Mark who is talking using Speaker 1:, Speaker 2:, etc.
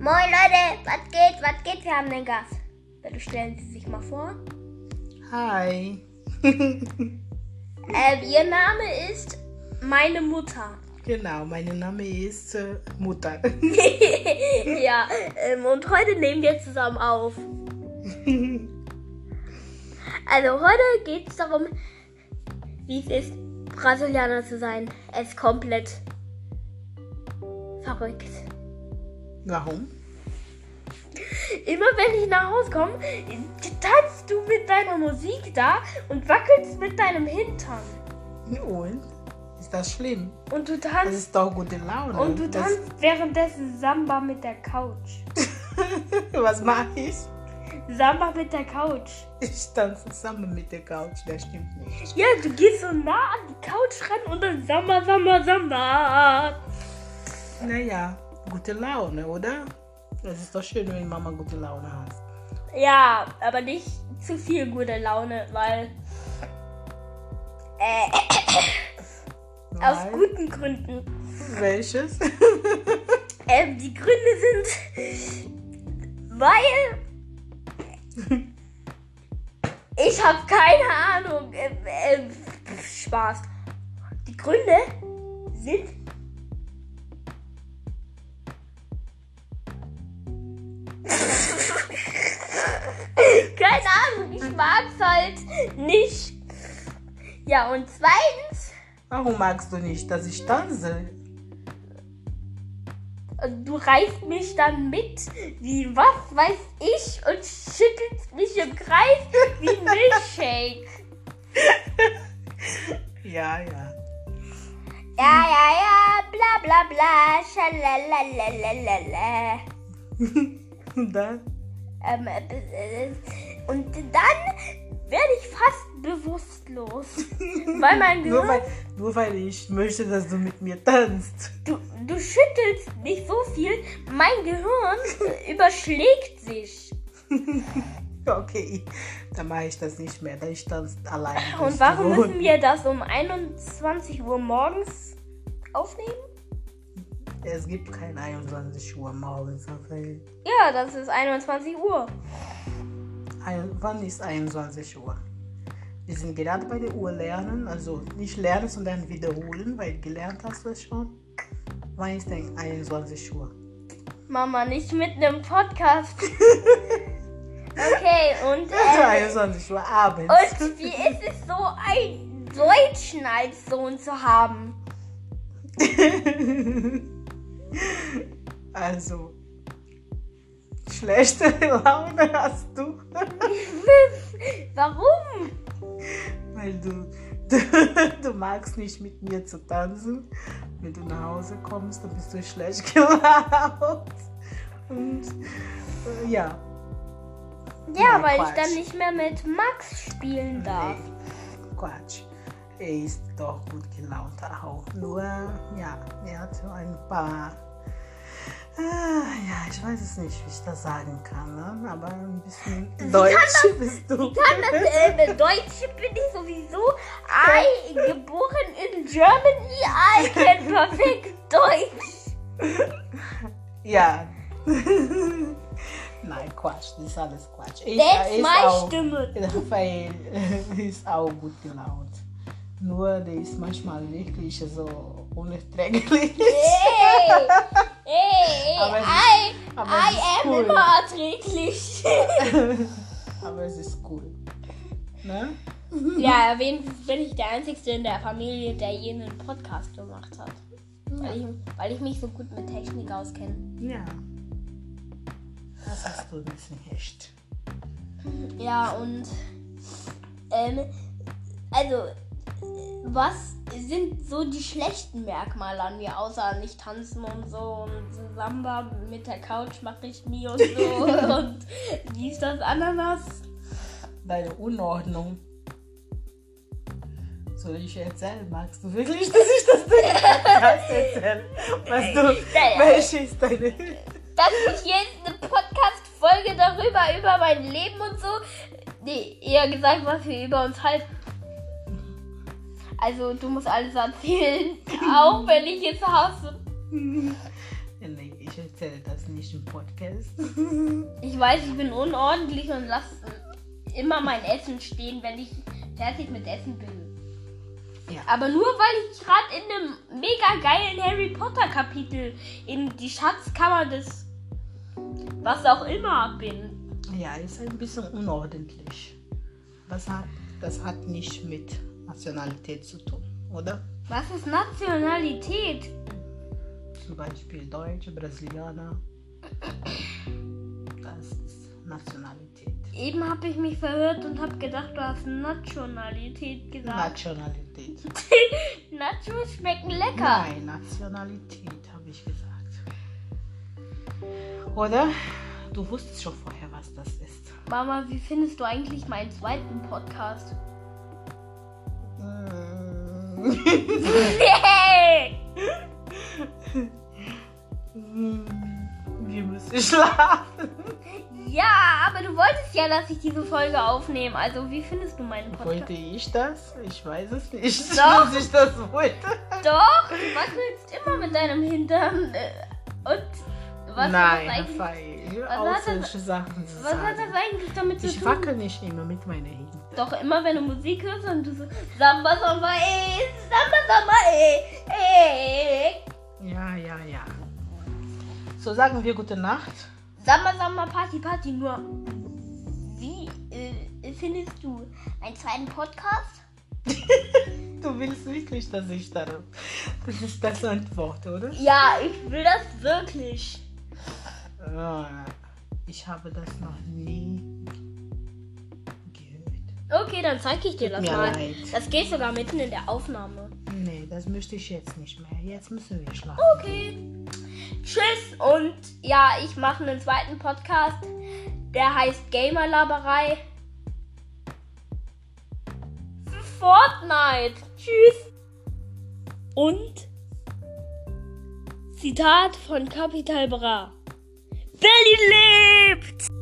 Speaker 1: Moin Leute, was geht, was geht? Wir haben den Gast. Bitte stellen Sie sich mal vor.
Speaker 2: Hi.
Speaker 1: Ähm, ihr Name ist meine Mutter.
Speaker 2: Genau, mein Name ist äh, Mutter.
Speaker 1: ja, ähm, und heute nehmen wir zusammen auf. also heute geht es darum, wie es ist, Brasilianer zu sein. Es ist komplett verrückt.
Speaker 2: Warum?
Speaker 1: Immer wenn ich nach Hause komme, tanzt du mit deiner Musik da und wackelst mit deinem Hintern.
Speaker 2: Und? Ist das schlimm?
Speaker 1: Und du
Speaker 2: Das
Speaker 1: tanzt
Speaker 2: ist doch gute Laune.
Speaker 1: und du
Speaker 2: das,
Speaker 1: tanzt währenddessen Samba mit der Couch.
Speaker 2: Was mache ich?
Speaker 1: Samba mit der Couch.
Speaker 2: Ich tanze zusammen mit der Couch, das stimmt nicht.
Speaker 1: Ja, du gehst so nah an die Couch ran und dann Samba, Samba, Samba.
Speaker 2: Naja, gute Laune, oder? Es ist doch schön, wenn Mama gute Laune hat.
Speaker 1: Ja, aber nicht zu viel gute Laune, weil äh, aus
Speaker 2: Weil-
Speaker 1: guten Gründen.
Speaker 2: Welches?
Speaker 1: Ähm, die Gründe sind, weil ich habe keine Ahnung. Ähm, ähm, pf, Spaß. Die Gründe sind Keine Ahnung, ich mag's halt nicht. Ja, und zweitens,
Speaker 2: Warum magst du nicht, dass ich tanze?
Speaker 1: du reißt mich dann mit, wie was weiß ich, und schüttelst mich im Kreis wie ein Milchshake.
Speaker 2: Ja, ja.
Speaker 1: Ja, ja, ja, bla bla bla, schalalalalalalala.
Speaker 2: Und dann?
Speaker 1: Ähm, äh, äh, und dann werde ich fast bewusstlos, weil mein
Speaker 2: Nur
Speaker 1: Gehirn
Speaker 2: weil, nur weil ich möchte, dass du mit mir tanzt.
Speaker 1: Du, du schüttelst mich so viel, mein Gehirn überschlägt sich.
Speaker 2: Okay, dann mache ich das nicht mehr. Dann ich tanze allein. durch
Speaker 1: Und
Speaker 2: die
Speaker 1: warum
Speaker 2: Wohnung.
Speaker 1: müssen wir das um 21 Uhr morgens aufnehmen?
Speaker 2: Es gibt kein 21 Uhr morgens auf der Welt.
Speaker 1: Ja, das ist 21 Uhr.
Speaker 2: Ein- Wann ist 21 Uhr? Wir sind gerade bei der Uhr lernen, also nicht lernen, sondern wiederholen, weil gelernt hast du es schon. Wann ist denn 21 Uhr?
Speaker 1: Mama, nicht mitten im Podcast. Okay, und, äh,
Speaker 2: 21 Uhr abends.
Speaker 1: und wie ist es so, einen Deutschen als Sohn zu haben?
Speaker 2: Also, schlechte Laune hast du,
Speaker 1: Warum?
Speaker 2: weil du, du, du magst nicht mit mir zu tanzen. Wenn du nach Hause kommst, dann bist du schlecht gelaunt. Und äh, ja.
Speaker 1: Ja,
Speaker 2: Nein,
Speaker 1: weil ich
Speaker 2: Quatsch.
Speaker 1: dann nicht mehr mit Max spielen darf.
Speaker 2: Nee, Quatsch. Er ist doch gut gelaunt auch. Nur, ja, er hat so ein paar. Ah, Ja, ich weiß es nicht, wie ich das sagen kann, ne? aber ein bisschen deutsch bist du.
Speaker 1: Kann das, äh, Deutsche bin ich sowieso. I, geboren in Germany, I can perfekt Deutsch.
Speaker 2: Ja. Nein, Quatsch, das ist alles Quatsch. Ich,
Speaker 1: That's
Speaker 2: ist
Speaker 1: my
Speaker 2: auch,
Speaker 1: Stimme.
Speaker 2: Raphael ist auch gut gelaunt. Nur, der ist manchmal wirklich so unerträglich.
Speaker 1: Ey, ey,
Speaker 2: Aber es ist-
Speaker 1: I,
Speaker 2: aber es
Speaker 1: I
Speaker 2: ist
Speaker 1: am
Speaker 2: cool.
Speaker 1: immer erträglich.
Speaker 2: Aber es ist cool. Ne?
Speaker 1: ja, wenigstens bin ich der Einzige in der Familie, der jenen Podcast gemacht hat. Weil ich, weil ich mich so gut mit Technik auskenne.
Speaker 2: Ja. Das hast du ein bisschen echt.
Speaker 1: Ja, und ähm, also was sind so die schlechten Merkmale an mir, außer nicht tanzen und so und Samba mit der Couch mache ich nie und so und wie ist das Ananas?
Speaker 2: Deine Unordnung. Soll ich erzählen? Magst du wirklich, dass ich das dir erst erzähle? Weißt du, welche ist deine.
Speaker 1: Dass ich jetzt eine Podcast-Folge darüber, über mein Leben und so. Nee, eher gesagt, was wir über uns halten. Also du musst alles erzählen, auch wenn ich es hasse.
Speaker 2: Nee, ich erzähle das nicht im tá assim, Podcast.
Speaker 1: Ich weiß, ich bin unordentlich und lasse immer mein Essen stehen, wenn ich fertig mit Essen bin.
Speaker 2: Ja.
Speaker 1: Aber nur weil ich gerade in einem mega geilen Harry Potter Kapitel in die Schatzkammer des was auch immer bin.
Speaker 2: Ja, ist ein bisschen unordentlich. Das hat, das hat nicht mit Nationalität zu tun, oder?
Speaker 1: Was ist Nationalität?
Speaker 2: Zum Beispiel Deutsch, Brasilianer. Das ist Nationalität.
Speaker 1: Eben habe ich mich verhört und habe gedacht, du hast Nationalität gesagt.
Speaker 2: Nationalität.
Speaker 1: Nachos schmecken lecker.
Speaker 2: Nein, Nationalität habe ich gesagt. Oder? Du wusstest schon vorher, was das ist.
Speaker 1: Mama, wie findest du eigentlich meinen zweiten Podcast?
Speaker 2: Wir müssen schlafen.
Speaker 1: Ja, aber du wolltest ja, dass ich diese Folge aufnehme. Also, wie findest du meinen Podcast?
Speaker 2: Wollte ich das? Ich weiß es nicht,
Speaker 1: Doch.
Speaker 2: dass ich das wollte.
Speaker 1: Doch, du wackelst immer mit deinem Hintern. äh, Und was hat
Speaker 2: Nein,
Speaker 1: das eigentlich,
Speaker 2: Raphael,
Speaker 1: was hat das-
Speaker 2: ausländische Sachen zu
Speaker 1: was hat das
Speaker 2: sagen.
Speaker 1: eigentlich damit zu
Speaker 2: Ich
Speaker 1: tun?
Speaker 2: wackel nicht immer mit meiner Hintern.
Speaker 1: Doch immer, wenn du Musik hörst und du so Samba, Samba, eh, Samba, Samba, eh, eh,
Speaker 2: Ja, ja, ja. So sagen wir gute Nacht.
Speaker 1: Samba, Samba, Party, Party. Nur, wie äh, findest du einen zweiten Podcast?
Speaker 2: Du willst wirklich, dass ich darauf. Das ist das Antwort, oder?
Speaker 1: Ja, ich will das wirklich.
Speaker 2: Ah, Ich habe das noch nie gehört.
Speaker 1: Okay, dann zeige ich dir das
Speaker 2: Tut mir
Speaker 1: mal.
Speaker 2: leid.
Speaker 1: Das geht sogar mitten in der Aufnahme.
Speaker 2: Nee, das möchte ich jetzt nicht mehr. Jetzt müssen wir schlafen.
Speaker 1: Okay. Tschüss und ja, ich mache einen zweiten Podcast. Der heißt Gamerlaberei. Fortnite. Tschüss. Und Zitat von Capital Bra. Berlin lebt!